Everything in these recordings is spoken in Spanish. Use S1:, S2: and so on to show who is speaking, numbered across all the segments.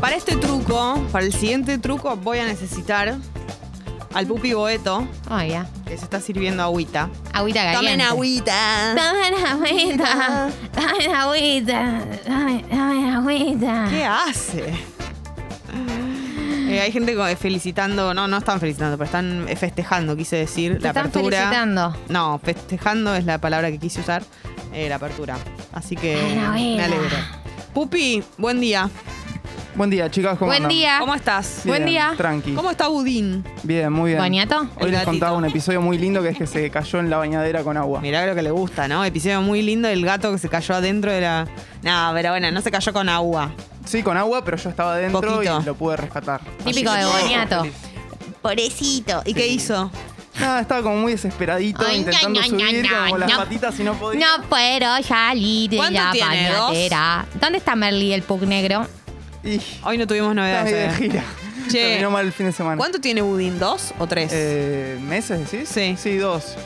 S1: Para este truco, para el siguiente truco, voy a necesitar al pupi boeto,
S2: Oh, ya.
S1: que se está sirviendo agüita.
S2: Agüita caliente. Ah.
S1: Tomen agüita.
S2: Tomen agüita. Tomen agüita. Tomen- Tomen agüita.
S1: ¿Qué hace? Eh, hay gente co- felicitando, no, no están felicitando, pero están festejando, quise decir,
S2: Te
S1: la
S2: están
S1: apertura.
S2: felicitando.
S1: No, festejando es la palabra que quise usar, eh, la apertura. Así que
S2: Ay, la
S1: me
S2: vida.
S1: alegro. Pupi, buen día.
S3: Buen día, chicas. ¿Cómo
S2: Buen
S3: andan?
S2: día.
S1: ¿Cómo estás?
S3: Bien,
S2: Buen día.
S3: Tranqui.
S1: ¿Cómo está Budín?
S3: Bien, muy bien.
S2: ¿Boniato?
S1: El
S3: Hoy les
S1: gatito.
S3: contaba un episodio muy lindo que es que se cayó en la bañadera con agua.
S1: Mirá lo que le gusta, ¿no? Episodio muy lindo del gato que se cayó adentro de la. No, pero bueno, no se cayó con agua.
S3: Sí, con agua, pero yo estaba adentro
S1: Poquito.
S3: y lo pude rescatar.
S2: Típico
S3: Así que
S2: de
S3: todo
S2: boniato.
S3: feliz.
S1: Pobrecito. ¿Y qué hizo?
S3: Nada, estaba como muy desesperadito
S2: Ay, no,
S3: intentando
S2: no,
S3: subir
S2: no,
S3: como las
S2: no.
S3: patitas y no podía.
S2: No puedo salir de
S1: ¿Cuánto
S2: la
S1: tiene, dos?
S2: bañadera. ¿Dónde está Merly, el pug negro?
S3: Y
S1: Hoy no tuvimos
S3: estaba medio de
S1: novedades. eh.
S3: gira.
S1: Ah, Che.
S3: Terminó mal el fin de semana.
S1: ¿Cuánto tiene Budín? ¿Dos o tres?
S3: Eh, ¿Meses decís?
S1: Sí.
S3: Sí, dos.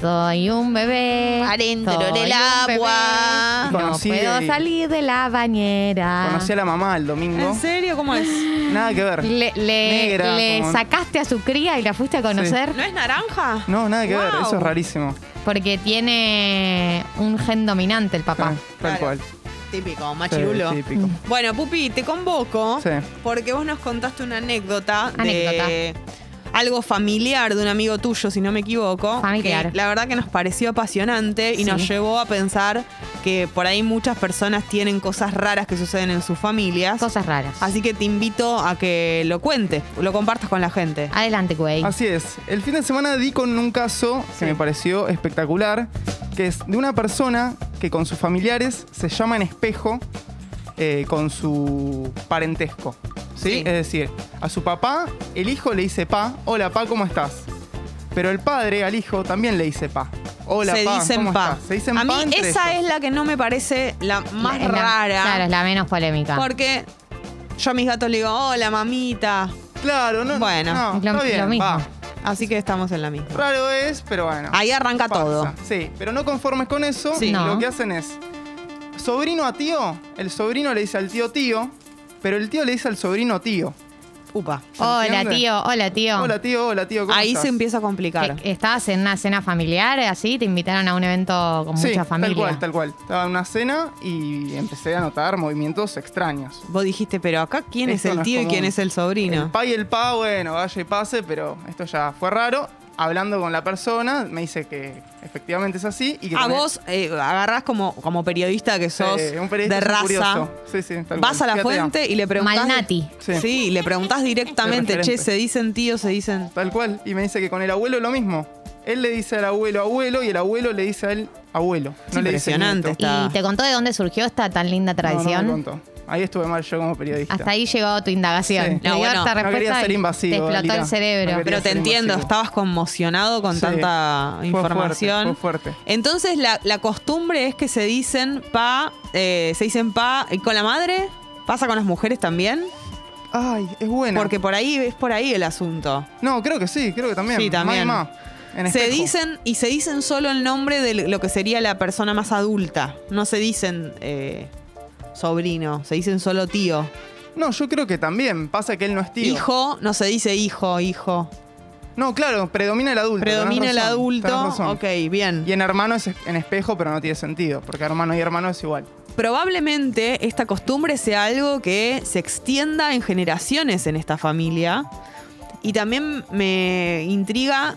S2: Soy un bebé.
S1: Adentro
S2: soy
S1: del
S2: un
S1: agua.
S2: bebé, No
S3: Conocí
S2: puedo
S3: de-
S2: salir de la bañera.
S3: Conocí a la mamá el domingo.
S1: ¿En serio? ¿Cómo es?
S3: Nada que ver.
S2: Le, le-
S3: Negra,
S2: le
S3: como-
S2: sacaste a su cría y la fuiste a conocer
S1: ¿No es naranja?
S3: No, nada que ver.
S1: Wow.
S3: Eso es rarísimo.
S2: porque tiene un gen dominante el papá.
S3: Sí, Ah, Tal
S1: Claro.
S3: cual.
S1: Típico,
S3: Sí,
S1: machirulo.
S3: típico.
S1: Bueno, Pupi, te convoco
S3: Sí.
S1: porque vos nos contaste una anécdota, de
S2: Anécdota.
S1: algo familiar de un amigo tuyo, si no me equivoco.
S2: Familiar.
S1: que la verdad que nos pareció apasionante y
S2: Sí.
S1: nos llevó a pensar que por ahí muchas personas tienen cosas raras que suceden en sus familias.
S2: Cosas raras.
S1: Así que te invito a que lo cuentes, lo compartas con la gente.
S2: Adelante, güey.
S3: Así es. El fin de semana di con un caso que me pareció espectacular, que es de una persona que con sus familiares se llama en espejo eh, con su parentesco. ¿sí?
S1: Sí.
S3: Es decir, a su papá, el hijo le dice pa, hola pa, ¿cómo estás? Pero el padre al hijo también le dice pa. Hola
S1: se
S3: pa,
S1: dicen
S3: ¿cómo
S1: pa.
S3: estás?". Se dicen
S1: a
S3: pa
S1: mí
S3: entre
S1: esa
S3: ellos.
S1: es la que no me parece la más
S2: Es la-
S1: rara.
S2: Claro, es la menos polémica.
S1: Porque yo a mis gatos le digo, hola mamita.
S3: Claro, no.
S1: Bueno,
S3: no,
S2: es lo-
S3: está bien,
S2: lo mismo.
S3: pa.
S1: Así que estamos en la misma.
S3: Raro es, pero bueno.
S1: Ahí arranca
S3: pasa.
S1: todo.
S3: Sí, pero no conformes con eso,
S1: Sí.
S2: No.
S3: lo que hacen es sobrino a tío, el sobrino le dice al tío tío, pero el tío le dice al sobrino tío.
S1: Upa.
S2: Hola,
S3: ¿Entiendes?
S2: tío. Hola, tío.
S3: Hola tío, hola tío, ¿cómo
S1: Ahí
S3: estás?
S1: se empieza a complicar.
S2: Eh, ¿Estabas en una cena familiar así? ¿Te invitaron a un evento con
S3: Sí,
S2: mucha
S3: tal
S2: familia?
S3: cual, tal cual. Estaba en una cena y empecé a notar movimientos extraños.
S1: Vos dijiste, pero acá quién
S3: Esto
S1: es el
S3: no es
S1: tío y
S3: común.
S1: quién es el sobrino.
S3: El pa y el pa, bueno, vaya y pase, pero esto ya fue raro. Hablando con la persona, me dice que efectivamente es así. Y que
S1: A
S3: también-
S1: vos eh, agarrás como, como periodista que sos
S3: Eh, un
S1: de
S3: periodista es un
S1: raza.
S3: curioso. Sí, sí, tal
S1: Vas a
S3: cual.
S1: la
S3: Fíjate,
S1: fuente y le preguntás.
S2: Malnati.
S1: Sí.
S3: Sí.
S1: y le preguntás directamente,
S3: El
S1: che,
S3: referente.
S1: se dicen tío, se dicen.
S3: Tal cual. Y me dice que con el abuelo lo mismo. Él le dice al abuelo abuelo y el abuelo le dice a él abuelo.
S1: Es
S3: No le dice
S1: impresionante.
S3: nieto.
S2: ¿Y te contó de dónde surgió esta tan linda
S3: No, no me
S2: tradición?
S3: contó. Ahí estuve mal yo como periodista.
S2: Hasta ahí llegó tu indagación.
S3: Sí.
S2: Le
S1: No,
S2: dio
S1: bueno,
S2: esta
S3: no quería
S2: respuesta
S3: ser
S2: y
S3: invasivo,
S2: Te explotó
S3: Dalila.
S2: el cerebro.
S3: No quería
S1: Pero te
S3: ser
S1: entiendo,
S3: invasivo.
S1: estabas conmocionado con
S3: Sí.
S1: tanta
S3: Fue
S1: información.
S3: fuerte, fue fuerte.
S1: Entonces, la, la costumbre es que se dicen pa, eh, se dicen pa, ¿y con la madre? ¿Pasa con las mujeres también?
S3: Ay, es bueno.
S1: Porque por ahí es por ahí el asunto.
S3: No, creo que sí, creo que también.
S1: Sí, también.
S3: Más y más. En
S1: Se
S3: espejo.
S1: dicen y se dicen solo el nombre de lo que sería la persona más adulta. No se dicen eh, sobrino, se dicen solo tío.
S3: No, yo creo que también. Pasa que él no es tío.
S1: Hijo, no se dice hijo, hijo.
S3: No, claro, predomina el adulto.
S1: Predomina el
S3: tenés razón, tenés
S1: adulto.
S3: razón.
S1: Ok, bien.
S3: Y en hermano es en espejo, pero no tiene sentido. Porque hermano y hermano es igual.
S1: Probablemente esta costumbre sea algo que se extienda en generaciones en esta familia. Y también me intriga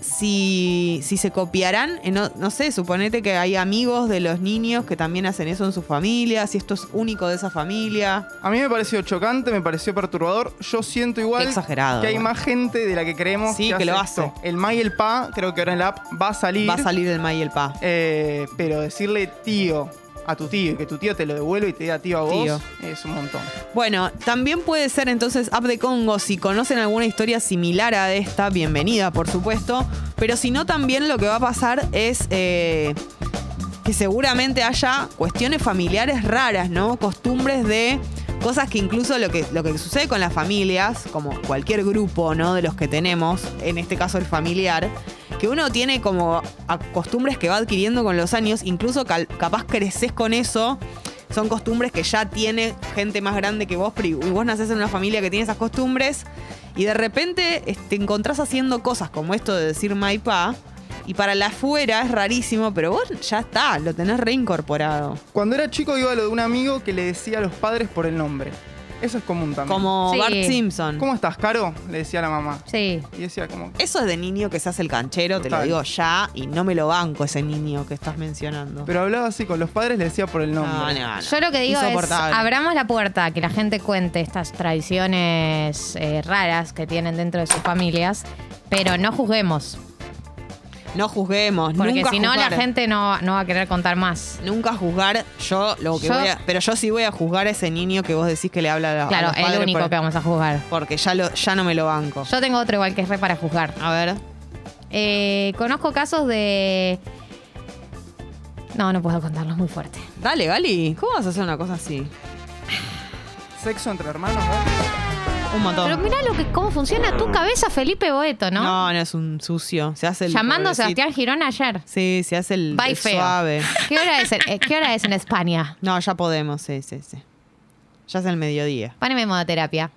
S1: si, si se copiarán. en o- No, sé, suponete que hay amigos de los niños que también hacen eso en su familia, si esto es único de esa familia.
S3: A mí me pareció chocante, me pareció perturbador. Yo siento igual
S1: Qué exagerado,
S3: que hay
S1: Ah, bueno.
S3: más gente de la que creemos
S1: Sí,
S3: que,
S1: que lo
S3: hace.
S1: hace.
S3: esto. El ma y el pa, creo que ahora en la app va a salir.
S1: Va a salir el ma y el pa.
S3: Eh, pero decirle tío a tu tío y que tu tío te lo devuelva y te diga tío a vos
S1: Tío.
S3: es un montón.
S1: Bueno, también puede ser entonces App de Congo, si conocen alguna historia similar a esta, bienvenida, por supuesto. Pero si no, también lo que va a pasar es eh, que seguramente haya cuestiones familiares raras, ¿no? Costumbres de cosas que incluso lo que, lo que sucede con las familias, como cualquier grupo, ¿no? De los que tenemos, en este caso el familiar, que uno tiene como a- costumbres que va adquiriendo con los años, incluso cal- capaz creces con eso son costumbres que ya tiene gente más grande que vos, pero y vos nacés en una familia que tiene esas costumbres y de repente eh, te encontrás haciendo cosas como esto de decir maipá y para la afuera es rarísimo, pero vos ya está, lo tenés reincorporado.
S3: Cuando era chico iba a lo de un amigo que le decía a los padres por el nombre. Eso es común también.
S1: Como
S2: Sí.
S1: Bart Simpson.
S3: ¿Cómo estás, Caro? Le decía la mamá.
S2: Sí.
S3: Y decía como,
S1: Eso es de niño que se hace el canchero, te lo
S3: Total.
S1: digo ya, y no me lo banco ese niño que estás mencionando.
S3: pero hablaba así con los padres, le decía por el nombre.
S1: Ah, No, no, no.
S2: Yo lo que digo es,
S1: Insoportable.
S2: abramos la puerta, que la gente cuente estas tradiciones eh, raras que tienen dentro de sus familias, pero no juzguemos,
S1: No juzguemos,
S2: porque
S1: nunca
S2: si no la
S1: juzgar.
S2: gente no, no va a querer contar más.
S1: Nunca juzgar, yo lo que
S2: Yo-
S1: voy a. Pero yo sí voy a juzgar a ese niño que vos decís que le habla a la- a
S2: claro,
S1: los
S2: el
S1: padres
S2: único
S1: por-
S2: que vamos a juzgar.
S1: Porque ya, lo, ya no me lo banco.
S2: Yo tengo otro igual que es re para juzgar.
S1: A ver.
S2: Eh, conozco casos de... No, no puedo contarlo, es muy fuerte.
S1: Dale, Gali, ¿cómo vas a hacer una cosa así?
S3: Sexo entre hermanos. ¿no?
S1: Un montón.
S2: Pero mirá lo que, cómo funciona tu cabeza, Felipe Boeto, ¿no?
S1: ¿no? no, es un sucio. Se hace el.
S2: Llamando a
S1: pobrecito.
S2: Sebastián Girón ayer.
S1: Sí, se hace el,
S2: Bye
S1: el
S2: feo.
S1: suave.
S2: ¿Qué hora es en, eh, ¿qué hora es en España?
S1: No, ya podemos, sí, sí, sí. Ya es el mediodía.
S2: Poneme en modo terapia.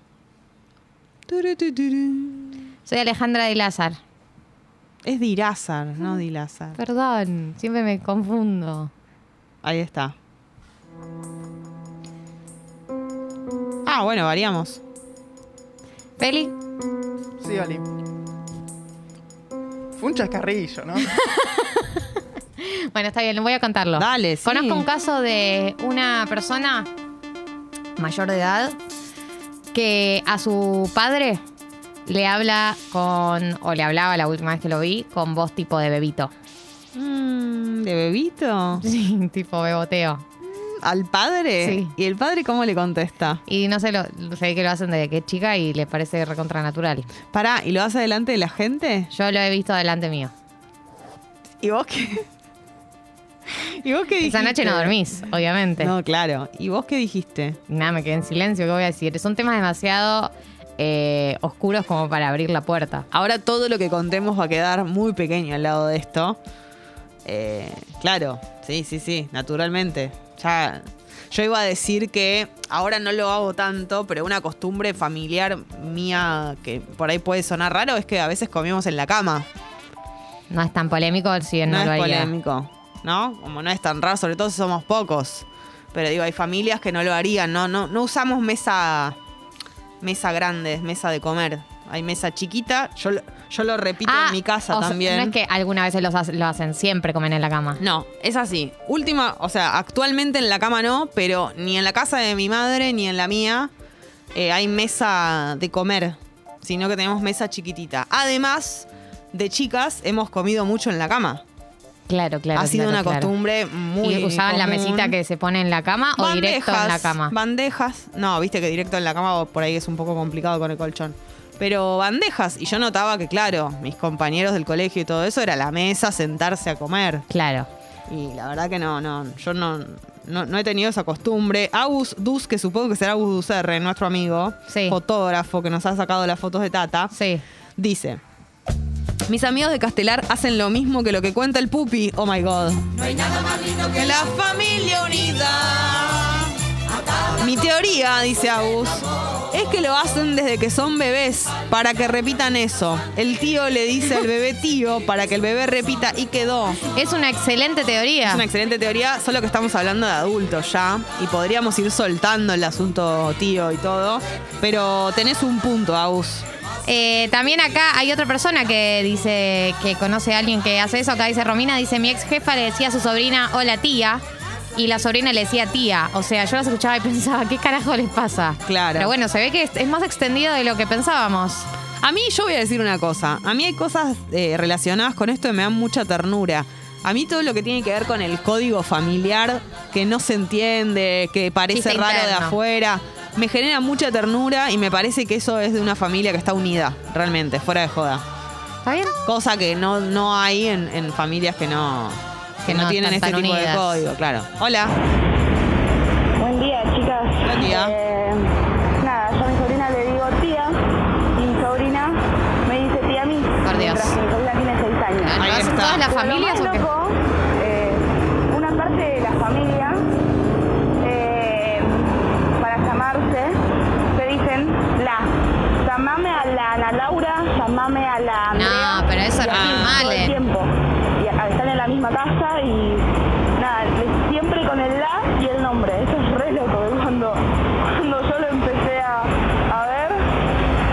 S1: Turu, tu, turu.
S2: Soy Alejandra de Lázar.
S1: Es Dilazar, no Dilazar.
S2: Perdón, siempre me confundo.
S1: Ahí está. Ah, bueno, variamos.
S2: Peli,
S3: Sí, Ali. Fue un chascarrillo, ¿no?
S2: bueno, está bien, voy a contarlo.
S1: Dale, sí.
S2: Conozco un caso de una persona mayor de edad que a su padre le habla con, o le hablaba la última vez que lo vi, con voz tipo de bebito.
S1: Mm, ¿De bebito?
S2: Sí, tipo beboteo.
S1: ¿Al padre?
S2: Sí.
S1: ¿Y el padre cómo le contesta?
S2: Y no sé, lo, sé que lo hacen desde que es chica y le parece recontra natural.
S1: Pará, ¿y lo hace delante de la gente?
S2: Yo lo he visto delante mío.
S1: ¿Y vos qué? ¿Y vos qué dijiste?
S2: Esa noche no dormís, obviamente.
S1: No, claro. ¿Y vos qué dijiste?
S2: Nada, me quedé en silencio, ¿qué voy a decir? Son temas demasiado eh, oscuros como para abrir la puerta.
S1: Ahora todo lo que contemos va a quedar muy pequeño al lado de esto. Eh, claro, sí, sí, sí, naturalmente. Ya, yo iba a decir que ahora no lo hago tanto, pero una costumbre familiar mía que por ahí puede sonar raro es que a veces comíamos en la cama.
S2: No es tan polémico si bien
S1: No,
S2: no, lo
S1: es
S2: haría.
S1: polémico, ¿no? Como no es tan raro, sobre todo si somos pocos. Pero digo, hay familias que no lo harían, no, no, no usamos mesa, mesa grande, mesa de comer. Hay mesa chiquita, yo, lo- yo lo repito
S2: Ah,
S1: en mi casa
S2: o sea,
S1: también.
S2: No es que algunas veces los hace- lo hacen, siempre comen en la cama.
S1: No, es así. Última, o sea, actualmente en la cama no, pero ni en la casa de mi madre ni en la mía eh, hay mesa de comer, sino que tenemos mesa chiquitita. Además, de chicas hemos comido mucho en la cama.
S2: Claro, claro.
S1: ha sido
S2: claro,
S1: una
S2: claro.
S1: costumbre muy
S2: ¿Y usaban la
S1: común.
S2: mesita que se pone en la cama o directo en la
S1: Bandejas,
S2: cama?
S1: Bandejas. No, viste que directo en la cama por ahí es un poco complicado con el colchón. Pero bandejas. Y yo notaba que, claro, mis compañeros del colegio y todo eso era la mesa, sentarse a comer.
S2: Claro.
S1: Y la verdad que no, no, yo no, no, no he tenido esa costumbre. Agus Dus, que supongo que será Agus Ducerre, nuestro amigo,
S2: Sí.
S1: fotógrafo que nos ha sacado las fotos de Tata,
S2: Sí.
S1: dice. Mis amigos de Castelar hacen lo mismo que lo que cuenta el pupi. Oh my god. No hay nada más lindo que la familia unida. Mi teoría, dice Agus, es que lo hacen desde que son bebés para que repitan eso. El tío le dice al bebé tío para que el bebé repita y quedó.
S2: Es una excelente teoría.
S1: Es una excelente teoría, solo que estamos hablando de adultos ya y podríamos ir soltando el asunto tío y todo, pero tenés un punto, Agus.
S2: Eh, también acá hay otra persona que dice que conoce a alguien que hace eso. Acá dice Romina, dice mi ex jefa le decía a su sobrina, hola tía. Y la sobrina le decía tía. O sea, yo las escuchaba y pensaba, ¿qué carajo les pasa?
S1: Claro.
S2: Pero bueno, se ve que es, es más extendido de lo que pensábamos.
S1: A mí yo voy a decir una cosa, a mí hay cosas eh, relacionadas con esto que me dan mucha ternura. A mí todo lo que tiene que ver con el código familiar, que no se entiende, que parece
S2: Chiste
S1: raro de
S2: interno.
S1: afuera, me genera mucha ternura y me parece que eso es de una familia que está unida, realmente, fuera de joda.
S2: ¿Está bien?
S1: Cosa que no, no hay en, en familias que no, que
S2: Que
S1: no,
S2: no
S1: tienen este
S2: están tan
S1: tipo de
S2: unidas.
S1: código, claro. Hola.
S4: Buen día, chicas.
S1: Buen día.
S4: Eh, nada, yo a mi sobrina le digo tía y mi sobrina me dice tía a mí.
S2: Por Dios.
S4: mientras que Mi sobrina tiene 6 años.
S1: Ahí
S2: ¿Lo hacen
S1: está.
S2: todas las
S4: Pero lo
S2: familias
S4: más
S2: o qué?
S4: loco, eh, una parte de la familia eh, llamarse, te dicen la. Llamame a la Ana Laura, llamame a la Andrea.
S2: pero eso
S4: y
S2: es
S4: así
S2: re
S4: todo
S2: mal,
S4: el
S2: eh.
S4: tiempo. Y a- están en la misma casa y nada, le- siempre con el la y el nombre. Eso es re loco. que Cuando, cuando yo lo empecé a, a ver,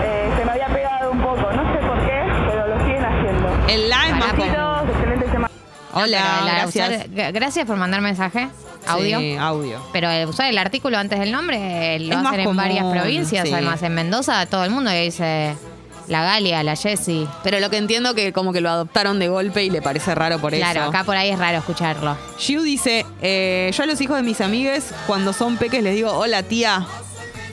S4: eh, se me había pegado un poco. No sé por qué, pero lo siguen haciendo.
S1: El la es
S2: Pará,
S1: más
S2: pues.
S1: común.
S4: Besitos, excelente semana.
S1: Hola,
S2: Pero la-
S1: gracias.
S2: usar- g- gracias por mandar mensaje, audio.
S1: Sí, audio.
S2: Pero el usar el artículo antes del nombre eh, lo
S1: Es más
S2: hacen en
S1: común,
S2: varias provincias.
S1: sí.
S2: Además, en Mendoza todo el mundo le dice la Galia, la Jessie.
S1: Pero lo que entiendo que como que lo adoptaron de golpe y le parece raro por
S2: Claro,
S1: eso.
S2: acá por ahí es raro escucharlo.
S1: Giu dice, eh, yo a los hijos de mis amigues, cuando son peques, les digo, hola tía.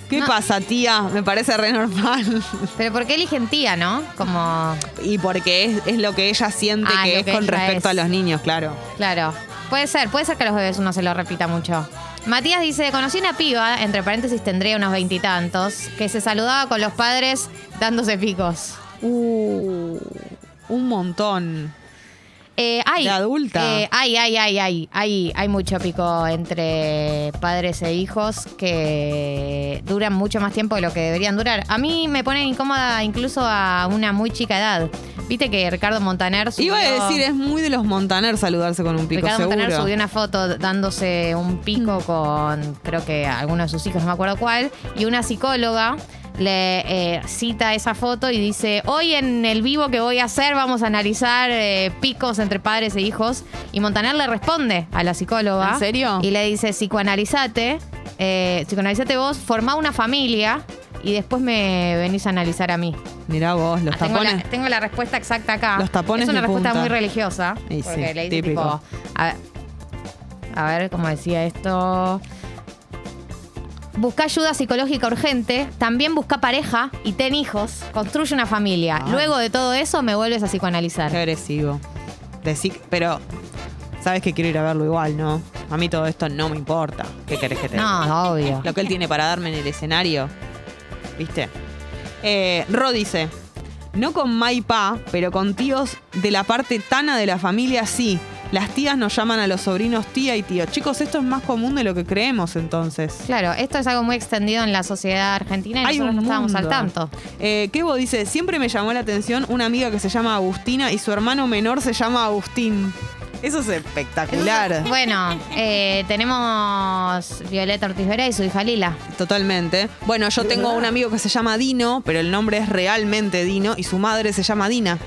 S1: ¿Qué
S2: No.
S1: pasa, tía? Me parece re normal.
S2: Pero ¿por qué eligen tía, no? Como,
S1: y porque es, es lo que ella siente
S2: Ah,
S1: que
S2: lo
S1: es
S2: que
S1: con
S2: ella
S1: respecto a
S2: es.
S1: los niños, claro.
S2: claro. Puede ser, puede ser que a los bebés uno se lo repita mucho. Matías dice, conocí una piba, entre paréntesis tendría unos veintitantos, que se saludaba con los padres dándose picos.
S1: Uh, un montón.
S2: Eh, ay,
S1: De adulta.
S2: eh, ay, ay, ay, ay, ay, hay mucho pico entre padres e hijos que duran mucho más tiempo de lo que deberían durar. A mí me pone incómoda incluso a una muy chica edad. Viste que Ricardo Montaner
S1: Iba
S2: subió,
S1: a decir, es muy de los Montaner saludarse con un pico,
S2: Ricardo
S1: seguro. Mm.
S2: Montaner subió una foto dándose un pico con creo que alguno de sus hijos, no me acuerdo cuál, y una psicóloga le eh, cita esa foto y dice, hoy en el vivo que voy a hacer vamos a analizar eh, picos entre padres e hijos. Y Montaner le responde a la psicóloga.
S1: ¿En serio?
S2: Y le dice, psicoanalizate, eh, psicoanalizate vos, formá una familia y después me venís a analizar a mí.
S1: Mirá vos, los
S2: Ah, tengo, la,
S1: tapones.
S2: tengo la respuesta exacta acá.
S1: Los tapones
S2: Es una
S1: de
S2: respuesta
S1: punta.
S2: muy religiosa.
S1: Y
S2: porque
S1: sí,
S2: le dice
S1: típico.
S2: tipo. A ver, a ver, ¿cómo decía esto? Busca ayuda psicológica urgente, también busca pareja y ten hijos, construye una familia.
S1: Ay.
S2: Luego de todo eso me vuelves a psicoanalizar.
S1: Ah. Qué agresivo. Decí, pero sabes que quiero ir a verlo igual, ¿no? A mí todo esto no me importa. ¿Qué querés que te diga?
S2: No, obvio.
S1: Lo que él tiene para darme en el escenario. ¿Viste? Eh, Ro dice, no con ma y pa, pero con tíos de la parte tana de la familia sí. Las tías nos llaman a los sobrinos tía y tío. Chicos, esto es más común de lo que creemos entonces.
S2: Claro, esto es algo muy extendido en la sociedad argentina y
S1: Hay
S2: nosotros
S1: un
S2: no estábamos al
S1: mundo.
S2: tanto.
S1: Eh, Kevo dice, siempre me llamó la atención una amiga que se llama Agustina y su hermano menor se llama Agustín. Eso es espectacular.
S2: Bueno, eh, tenemos Violeta Ortiz Vera y su hija Lila.
S1: Totalmente. Bueno, yo tengo un amigo que se llama Dino, pero el nombre es realmente Dino y su madre se llama Dina.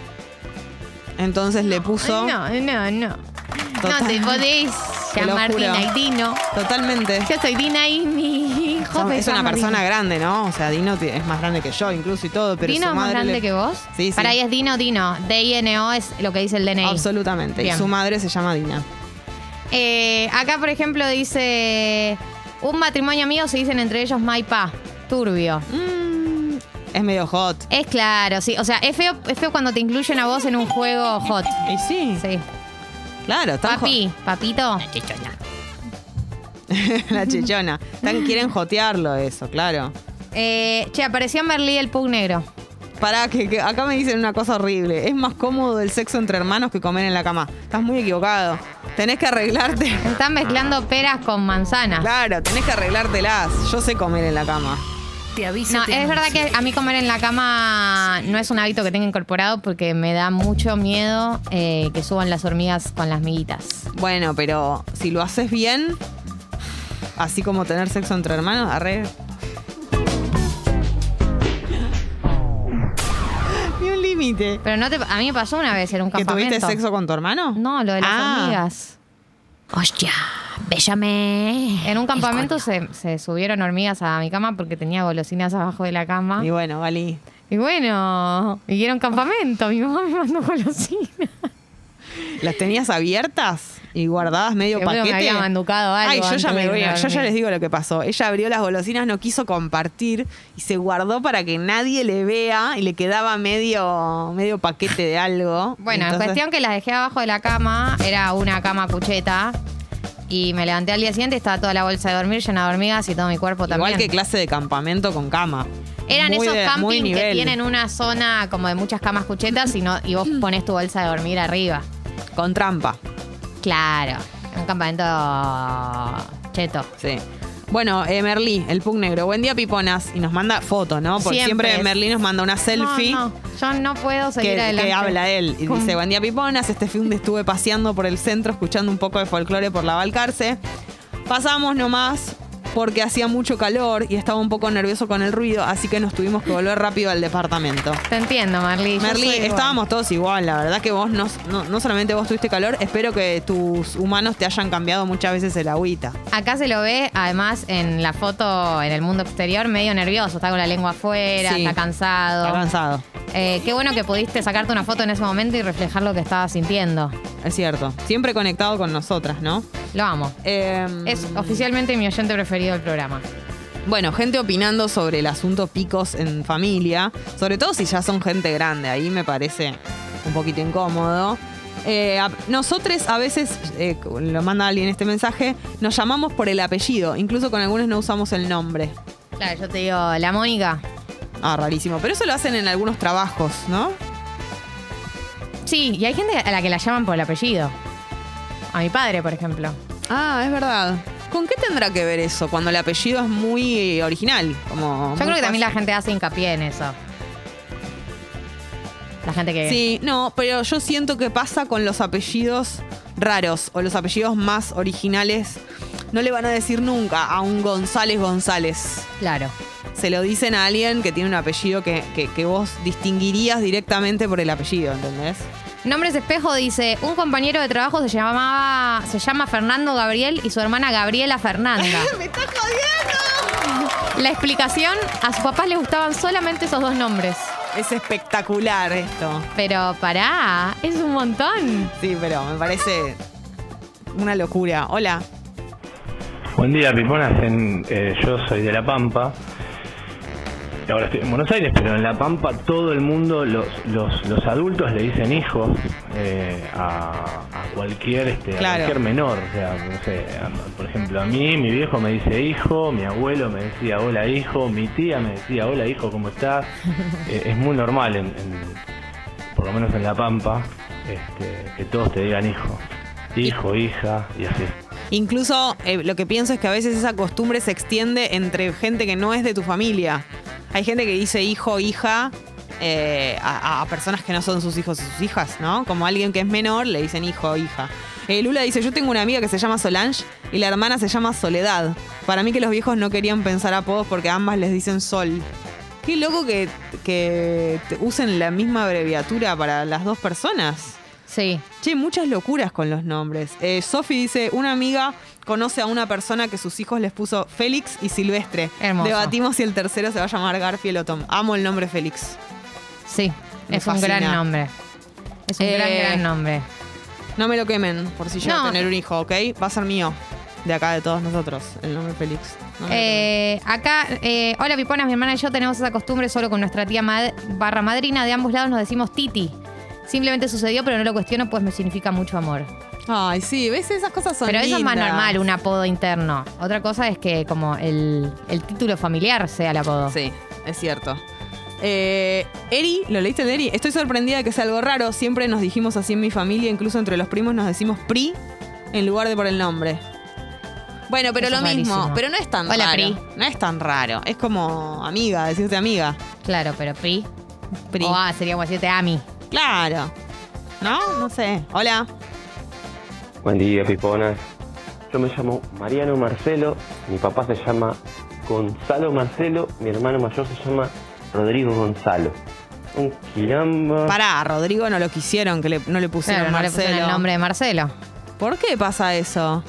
S1: Entonces le puso
S2: No, no, no. No
S1: Total-
S2: te podéis
S1: Te lo
S2: llamar
S1: juro.
S2: Dina y Dino.
S1: totalmente.
S2: Yo soy Dina y mi hijo
S1: Son-
S2: me
S1: es una
S2: llama
S1: persona
S2: Dino.
S1: grande, ¿no? O sea, Dino ti- es más grande que yo incluso y todo, pero
S2: ¿Dino
S1: su
S2: es más
S1: madre
S2: grande
S1: le-
S2: que vos?
S1: Sí, sí.
S2: Para ahí es Dino, Dino. D-I-N-O es lo que dice el DNI.
S1: Absolutamente.
S2: Bien.
S1: Y su madre se llama Dina.
S2: Eh, acá, por ejemplo, dice... Un matrimonio mío se dicen entre ellos ma y pa. Turbio.
S1: Mm, es medio hot.
S2: Es claro, sí. O sea, es feo, es feo cuando te incluyen a vos en un juego hot.
S1: Y sí,
S2: Sí.
S1: claro, están
S2: Papi, papito.
S1: hot. la chichona. Están, quieren jotearlo eso, claro.
S2: Eh, che, apareció en Berlín el pug negro.
S1: Pará, que, que acá me dicen una cosa horrible. Es más cómodo el sexo entre hermanos que comer en la cama. Estás muy equivocado. Tenés que arreglarte.
S2: Están mezclando peras con manzanas.
S1: Claro, tenés que arreglártelas. Yo sé comer en la cama.
S5: Te aviso.
S2: No,
S5: te
S2: es verdad
S5: anuncio.
S2: que a mí comer en la cama no es un hábito que tenga incorporado porque me da mucho miedo eh, que suban las hormigas con las miguitas.
S1: Bueno, pero si lo haces bien, así como tener sexo entre hermanos, arre. Ni un límite.
S2: Pero no te, a mí me pasó una vez en un
S1: ¿Que
S2: campamento.
S1: tuviste sexo con tu hermano?
S2: No, lo de las
S1: Ah,
S2: hormigas.
S5: Hostia, bésame.
S2: En un campamento se, se subieron hormigas a mi cama porque tenía golosinas abajo de la cama.
S1: Y bueno, Valí.
S2: Y bueno, y era un campamento. Mi mamá me mandó golosinas.
S1: ¿Las tenías abiertas y guardadas medio
S2: Seguro me
S1: paquete?
S2: había manducado algo
S1: Ay, yo
S2: antes
S1: ya, me
S2: de
S1: voy a- yo ya
S2: dormir.
S1: les digo lo que pasó. Ella abrió las golosinas, no quiso compartir y se guardó para que nadie le vea y le quedaba medio, medio paquete de algo.
S2: Bueno, en
S1: Entonces,
S2: cuestión que las dejé abajo de la cama, era una cama cucheta. Y me levanté al día siguiente, estaba toda la bolsa de dormir llena de hormigas y todo mi cuerpo
S1: Igual
S2: también.
S1: que clase de campamento con cama.
S2: Eran
S1: Muy
S2: esos
S1: de- muy
S2: campings que
S1: nivel.
S2: tienen una zona como de muchas camas cuchetas y, no, y vos pones tu bolsa de dormir arriba.
S1: Con trampa,
S2: Claro, un campamento cheto.
S1: sí. Bueno, eh, Merlí, el Pug Negro. Buen día, Piponas. Y nos manda foto, ¿no? Porque siempre,
S2: Siempre.
S1: Merlí nos manda una selfie.
S2: No, no, yo no puedo
S1: que,
S2: seguir
S1: que
S2: adelante.
S1: habla él. Y
S2: Con-
S1: dice, buen día Piponas, este fin de estuve paseando por el centro escuchando un poco de folclore por la Valcarce. Pasamos nomás porque hacía mucho calor y estaba un poco nervioso con el ruido, así que nos tuvimos que volver rápido al departamento.
S2: Te entiendo, Marley. yo
S1: Merly,
S2: soy igual.
S1: estábamos todos igual, la verdad que vos no, no, no solamente vos tuviste calor, espero que tus humanos te hayan cambiado muchas veces el agüita.
S2: Acá se lo ve, además, en la foto en el mundo exterior, medio nervioso. Está con la lengua afuera,
S1: Sí.
S2: está cansado.
S1: Está cansado,
S2: Eh, qué bueno que pudiste sacarte una foto en ese momento y reflejar lo que estaba sintiendo.
S1: es cierto. Siempre conectado con nosotras, ¿no?
S2: Lo amo.
S1: Em,
S2: Es oficialmente mi oyente preferido del programa.
S1: Bueno, gente opinando sobre el asunto picos en familia, sobre todo si ya son gente grande, ahí me parece un poquito incómodo. Eh, a- nosotros a veces, eh, lo manda alguien este mensaje, nos llamamos por el apellido, incluso con algunos no usamos el nombre.
S2: Claro, yo te digo, la Mónica.
S1: Ah, rarísimo, pero eso lo hacen en algunos trabajos, ¿no?
S2: Sí, y hay gente a la que la llaman por el apellido. A mi padre, por ejemplo.
S1: Ah, es verdad. ¿Con qué tendrá que ver eso cuando el apellido es muy original? Como
S2: Yo
S1: muy
S2: creo que
S1: fácil?
S2: también la gente hace hincapié en eso. La gente que.
S1: Sí, no, pero yo siento que pasa con los apellidos raros o los apellidos más originales. No le van a decir nunca a un González González.
S2: Claro.
S1: Se lo dicen a alguien que tiene un apellido que, que- que vos distinguirías directamente por el apellido, ¿entendés?
S2: Nombres espejo dice, un compañero de trabajo se llamaba, se llama Fernando Gabriel y su hermana Gabriela Fernanda.
S1: ¡Me está jodiendo!
S2: La explicación, a sus papás les gustaban solamente esos dos nombres.
S1: Es espectacular esto.
S2: Pero pará, es un montón.
S1: Sí, pero me parece una locura. Hola.
S6: Buen día, Piponas. En- eh, yo soy de La Pampa. Y Ahora estoy en Buenos Aires, pero en La Pampa todo el mundo, los, los, los adultos le dicen hijos eh, a, a cualquier este, a
S1: Claro.
S6: cualquier menor. O sea, no sé, a- por ejemplo, a mí, mi viejo me dice hijo, mi abuelo me decía hola hijo, mi tía me decía hola hijo, ¿cómo estás? Eh, es muy normal, en, en- por lo menos en La Pampa, este, que todos te digan hijo. Hijo, hija, y así.
S1: Incluso eh, lo que pienso es que a veces esa costumbre se extiende entre gente que no es de tu familia. Hay gente que dice hijo, hija, eh, a, a- a personas que no son sus hijos y sus hijas, ¿no? Como a alguien que es menor le dicen hijo, hija. Eh, Lula dice, yo tengo una amiga que se llama Solange y la hermana se llama Soledad. Para mí que los viejos no querían pensar apodos porque a ambas les dicen Sol. Qué loco que, que te- usen la misma abreviatura para las dos personas.
S2: Sí.
S1: Che, muchas locuras con los nombres. Eh, Sofi dice, una amiga conoce a una persona que sus hijos les puso Félix y Silvestre.
S2: Hermoso.
S1: Debatimos si el tercero se va a llamar Garfield o Tom. Amo el nombre Félix.
S2: Sí,
S1: Me
S2: es un
S1: fascina.
S2: gran nombre. Es un
S1: Eh,
S2: gran, gran nombre.
S1: No me lo quemen por si llego a
S2: No.
S1: tener un hijo, ¿ok? Va a ser mío. De acá, de todos nosotros, el nombre Félix. No me lo quemen.
S2: Eh, acá, eh, hola Piponas, mi hermana y yo tenemos esa costumbre solo con nuestra tía mad- barra madrina. De ambos lados nos decimos Titi. Simplemente sucedió, pero no lo cuestiono, pues me significa mucho amor.
S1: Ay, sí, ¿ves? Esas cosas son
S2: pero eso es más
S1: lindas.
S2: normal, un apodo interno. Otra cosa es que como el, el título familiar sea el apodo.
S1: Sí, es cierto. Eh, Eri, ¿lo leíste de Eri? Estoy sorprendida de que sea algo raro. Siempre nos dijimos así en mi familia, incluso entre los primos nos decimos PRI en lugar de por el nombre. Bueno, pero
S2: Eso
S1: lo
S2: es
S1: mismo,
S2: rarísimo.
S1: pero no es tan
S2: Hola,
S1: raro.
S2: Pri.
S1: No es tan raro. Es como amiga, decirte amiga.
S2: Claro, pero Pri.
S1: Pri.
S2: O ah, sería como decirte Ami.
S1: Claro. ¿No? No sé. Hola.
S7: Buen día, piponas. Yo me llamo Mariano Marcelo, mi papá se llama Gonzalo Marcelo, mi hermano mayor se llama Rodrigo Gonzalo. Un quilombo.
S1: Pará, a Rodrigo no lo quisieron, que le- no le pusieron
S2: Claro, no le
S1: Marcelo.
S2: pusieron el nombre de Marcelo.
S1: ¿Por qué pasa eso?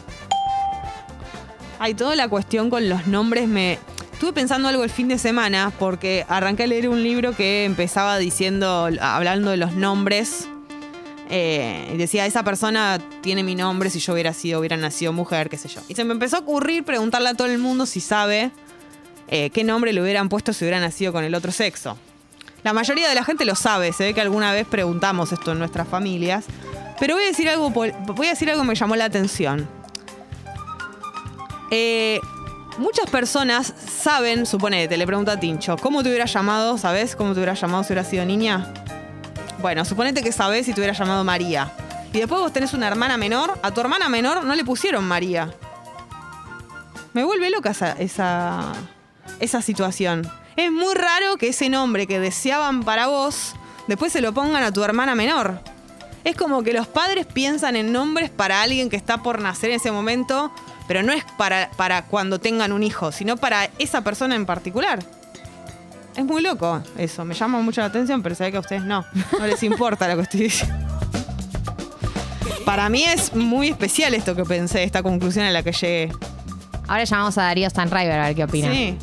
S1: Hay toda la cuestión con los nombres. Me estuve pensando algo el fin de semana porque arranqué a leer un libro que empezaba diciendo, hablando de los nombres. Eh, y decía, esa persona tiene mi nombre si yo hubiera sido, hubiera nacido mujer, qué sé yo. Y se me empezó a ocurrir preguntarle a todo el mundo si sabe eh, qué nombre le hubieran puesto si hubiera nacido con el otro sexo. La mayoría de la gente lo sabe, se ve que alguna vez preguntamos esto en nuestras familias. Pero voy a decir algo, pol- voy a decir algo que me llamó la atención. Eh, muchas personas saben, suponete, le pregunto a Tincho, ¿cómo te hubiera llamado? ¿Sabes cómo te hubiera llamado si hubieras sido niña? Bueno, suponete que sabes si te hubiera llamado María. Y después vos tenés una hermana menor, a tu hermana menor no le pusieron María. Me vuelve loca esa, esa, esa situación. Es muy raro que ese nombre que deseaban para vos, después se lo pongan a tu hermana menor. Es como que los padres piensan en nombres para alguien que está por nacer en ese momento, pero no es para, para cuando tengan un hijo, sino para esa persona en particular. Es muy loco eso, me llama mucho la atención, pero se ve que a ustedes no. No les importa lo que estoy diciendo. Para mí es muy especial esto que pensé, esta conclusión a la que llegué.
S2: Ahora llamamos a Darío Stanriver a ver qué opina.
S1: Sí.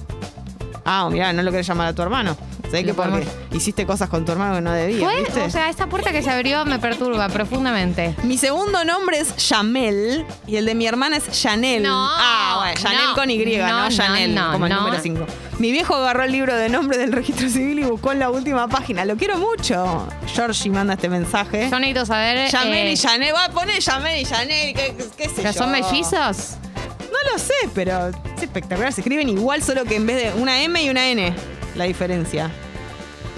S1: Ah, mirá, no lo querés llamar a tu hermano. Sabés que
S2: Lo
S1: porque hiciste cosas con tu hermano que no debías,
S2: Fue-
S1: ¿viste?
S2: O sea, esta puerta que se abrió me perturba profundamente.
S1: mi segundo nombre es Yamel y el de mi hermana es Chanel.
S2: No,
S1: ah, bueno, Chanel
S2: no,
S1: con Y, no,
S2: no,
S1: Chanel,
S2: no,
S1: como el
S2: no.
S1: número 5. Mi viejo agarró el libro de nombre del registro civil y buscó en la última página. Lo quiero mucho. Georgie manda este mensaje.
S2: Yo necesito saber.
S1: Yamel
S2: eh,
S1: y Chanel. Va, poné Yamel y Chanel, qué, qué sé
S2: ¿pero
S1: yo.
S2: son mellizos?
S1: No lo sé, pero es espectacular. Se escriben igual, solo que en vez de una M y una N, la diferencia.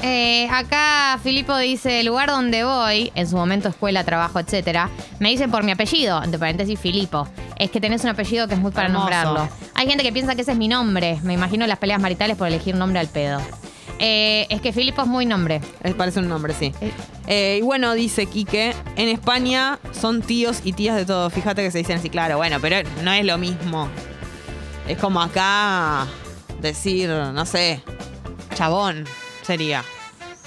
S2: Eh, acá Filipo dice, el lugar donde voy, en su momento escuela, trabajo, etcétera, me dicen por mi apellido, entre paréntesis Filipo. Es que tenés un apellido que es muy para
S1: Hermoso.
S2: nombrarlo. Hay gente que piensa que ese es mi nombre. Me imagino las peleas maritales por elegir nombre al pedo. Eh, es que Filipo es muy nombre.
S1: Eh, Parece un nombre, sí.
S2: Eh.
S1: Eh, y bueno, dice Quique, en España son tíos y tías de todo. Fíjate que se dicen así, claro, bueno, pero no es lo mismo. Es como acá decir, no sé, chabón sería.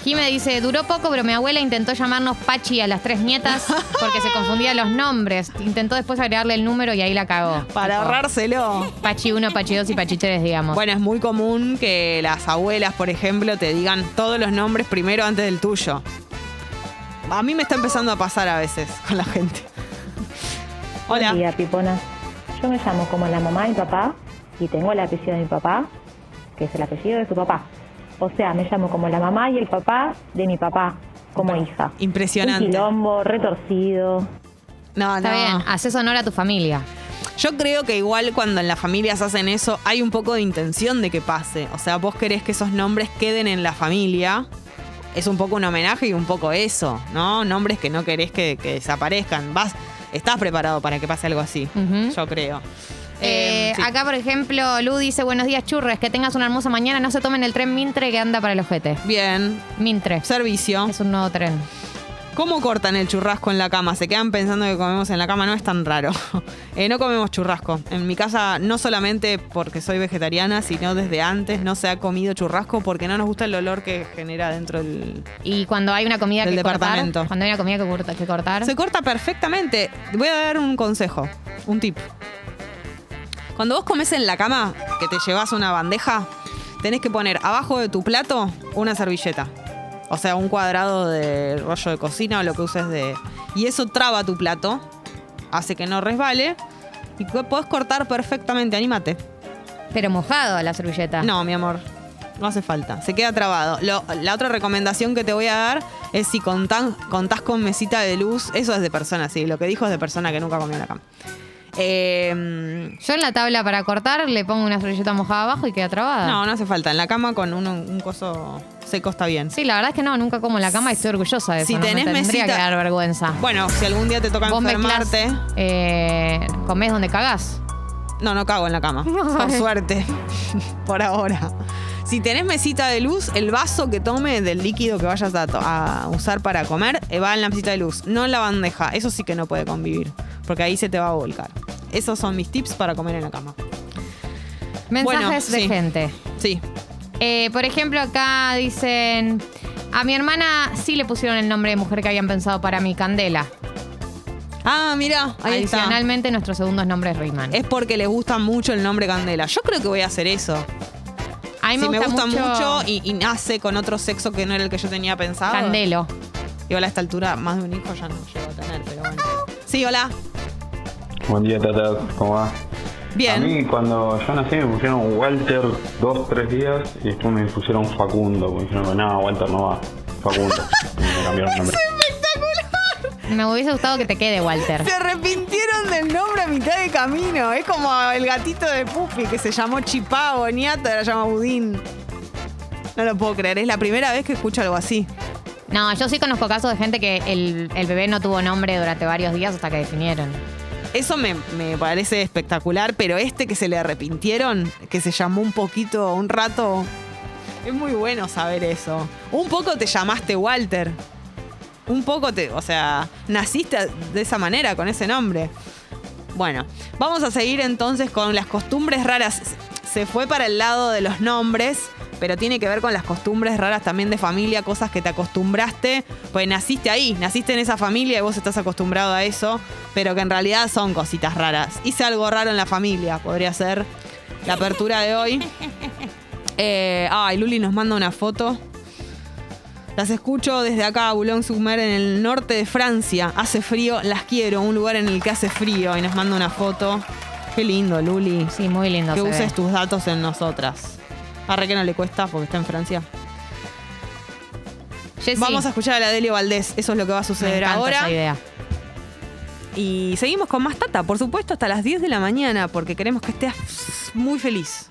S2: Jime dice, duró poco, pero mi abuela intentó llamarnos Pachi a las tres nietas porque se confundía los nombres. Intentó después agregarle el número y ahí la cagó.
S1: Para
S2: Tipo,
S1: ahorrárselo.
S2: Pachi 1, Pachi 2 y Pachi 3, digamos.
S1: Bueno, es muy común que las abuelas, por ejemplo, te digan todos los nombres primero antes del tuyo. A mí me está empezando a pasar a veces con la gente. Hola.
S8: Buen día, Pipona. Yo me llamo como la mamá de mi papá y tengo el apellido de mi papá, que es el apellido de su papá. O sea, me llamo como la mamá y el papá de mi papá, como hija.
S1: Impresionante.
S8: Un quilombo, retorcido.
S1: No,
S2: Está bien, haces honor a tu familia.
S1: Yo creo que igual cuando en las familias hacen eso, hay un poco de intención de que pase. O sea, vos querés que esos nombres queden en la familia. Es un poco un homenaje y un poco eso, ¿no? Nombres que no querés que, que desaparezcan. Vas, estás preparado para que pase algo así,
S2: Ujú.
S1: yo creo. Eh,
S2: Eh,
S1: sí.
S2: Acá, por ejemplo, Lu dice, buenos días, churres, que tengas una hermosa mañana, no se tomen el tren Mintre que anda para el ojete.
S1: Bien,
S2: Mintre,
S1: servicio.
S2: es un nuevo tren.
S1: ¿Cómo cortan el churrasco en la cama? Se quedan pensando que comemos en la cama, no es tan raro. Eh, no comemos churrasco. En mi casa, no solamente porque soy vegetariana, sino desde antes no se ha comido churrasco porque no nos gusta el olor que genera dentro del...
S2: Y cuando hay una comida
S1: Del
S2: que cortar,
S1: departamento.
S2: cuando hay una comida que, corta- que cortar,
S1: Se corta perfectamente. Voy a dar un consejo, un tip. Cuando vos comes en la cama, que te llevas una bandeja, tenés que poner abajo de tu plato una servilleta. O sea, un cuadrado de rollo de cocina o lo que uses de... Y eso traba tu plato, hace que no resbale. Y co- podés cortar perfectamente, anímate.
S2: pero mojado la servilleta.
S1: No, mi amor. No hace falta. Se queda trabado. Lo- la otra recomendación que te voy a dar es si contan- contás con mesita de luz. Eso es de persona, sí. Lo que dijo es de persona que nunca comió en la cama. Eh,
S2: Yo en la tabla para cortar le pongo una servilleta mojada abajo y queda trabada.
S1: no, no hace falta. En la cama con un, un coso seco está bien.
S2: Sí, la verdad es que no, nunca como en la cama y estoy orgullosa de eso.
S1: Si
S2: no me
S1: tenés
S2: tendría
S1: mesita-
S2: que dar vergüenza.
S1: Bueno, si algún día te toca
S2: Vos mezclás,
S1: enfermarte.
S2: eh, comés donde cagás.
S1: No, no cago en la cama. Por suerte. Por ahora. Si tenés mesita de luz, el vaso que tome del líquido que vayas a, to- a usar para comer eh, va en la mesita de luz, no en la bandeja. Eso sí que no puede convivir, porque ahí se te va a volcar. Esos son mis tips para comer en la cama.
S2: Mensajes
S1: Bueno,
S2: de
S1: sí.
S2: gente.
S1: Sí,
S2: Eh, por ejemplo, acá dicen. A mi hermana sí le pusieron el nombre de mujer que habían pensado para mi candela.
S1: Ah, mira, ahí está.
S2: Adicionalmente, nuestros segundos nombres riman.
S1: Es porque les gusta mucho el nombre Candela. Yo creo que voy a hacer eso.
S2: a mí
S1: si me gusta mucho, ah. y, y nace con otro sexo que no era el que yo tenía pensado.
S2: Candelo.
S1: Igual a esta altura, más de un hijo ya no llego a tener, pero bueno. Sí, hola.
S9: Buen día, Tata. ¿Cómo va? A
S1: Bien.
S9: mí, cuando yo nací, me pusieron Walter dos, tres días y después me pusieron Facundo. Me dijeron, no, Walter no va. Facundo. Y me cambiaron el nombre.
S2: Me hubiese gustado que te quede, Walter.
S1: Se arrepintieron del nombre a mitad de camino. Es como el gatito de Puffy que se llamó Chipá Boniato, ahora se llama Budín. No lo puedo creer, es la primera vez que escucho algo así.
S2: No, yo sí conozco casos de gente que el, el bebé no tuvo nombre durante varios días hasta que definieron.
S1: Eso me, me parece espectacular, pero este que se le arrepintieron, que se llamó un poquito, un rato, es muy bueno saber eso. Un poco te llamaste Walter. Un poco te, o sea, naciste de esa manera, con ese nombre. Bueno, vamos a seguir entonces con las costumbres raras. Se fue para el lado de los nombres, pero tiene que ver con las costumbres raras también de familia, cosas que te acostumbraste, pues naciste ahí, naciste en esa familia y vos estás acostumbrado a eso, pero que en realidad son cositas raras. Hice algo raro en la familia, podría ser la apertura de hoy. Eh, ay, Luli nos manda una foto. Las escucho desde acá, a Boulogne-sur-Mer, en el norte de Francia. Hace frío, las quiero, un lugar en el que hace frío. Y nos manda una foto. Qué lindo, Luli.
S2: Sí, muy lindo.
S1: Que
S2: se
S1: uses
S2: ve.
S1: tus datos en nosotras. Arre que no le cuesta porque está en Francia.
S2: Jessy,
S1: Vamos a escuchar a la Delio Valdés. Eso es lo que va a
S2: me
S1: suceder
S2: encanta
S1: ahora.
S2: esa idea.
S1: Y seguimos con más tata, por supuesto, hasta las 10 de la mañana, porque queremos que estés muy feliz.